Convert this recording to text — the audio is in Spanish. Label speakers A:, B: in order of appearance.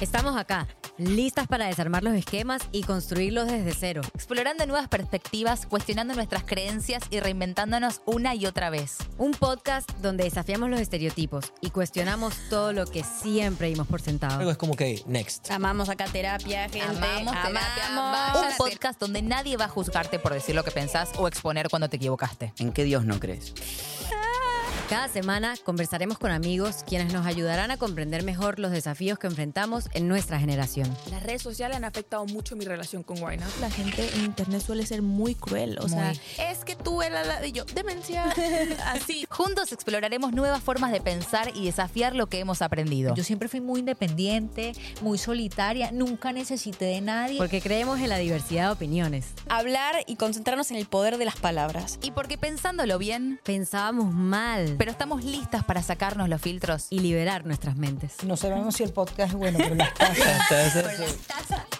A: Estamos acá, listas para desarmar los esquemas y construirlos desde cero.
B: explorando nuevas perspectivas, cuestionando nuestras creencias y reinventándonos una y otra vez.
A: Un podcast donde desafiamos los estereotipos y cuestionamos todo lo que siempre dimos por
C: Luego
A: sentado.
C: es como que é next.
D: Amamos acá terapia, gente.
B: Amamos, terapia,
D: amamos.
B: vayan a- un podcast donde nadie va a juzgarte por decir lo que pensás o exponer cuando te equivocaste.
E: ¿En qué Dios no crees?
A: Cada semana conversaremos con amigos quienes nos ayudarán a comprender mejor los desafíos que enfrentamos en nuestra generación.
F: Las redes sociales han afectado mucho mi relación con Wine
D: La gente en internet suele ser muy cruel. O sea,
B: Muy.
D: es que tú eras la de yo. Demencia. Así.
B: Juntos exploraremos nuevas formas de pensar y desafiar lo que hemos aprendido.
G: Yo siempre fui muy independiente, muy solitaria, nunca necesité de nadie.
A: Porque creemos en la diversidad de opiniones.
D: Hablar y concentrarnos en el poder de las palabras.
B: Y porque pensándolo bien,
A: Pensábamos mal
B: pero estamos listas para sacarnos los filtros.
A: y liberar nuestras mentes.
C: Tá,
H: No sabemos si el podcast es bueno, pero las casas.
C: Entonces,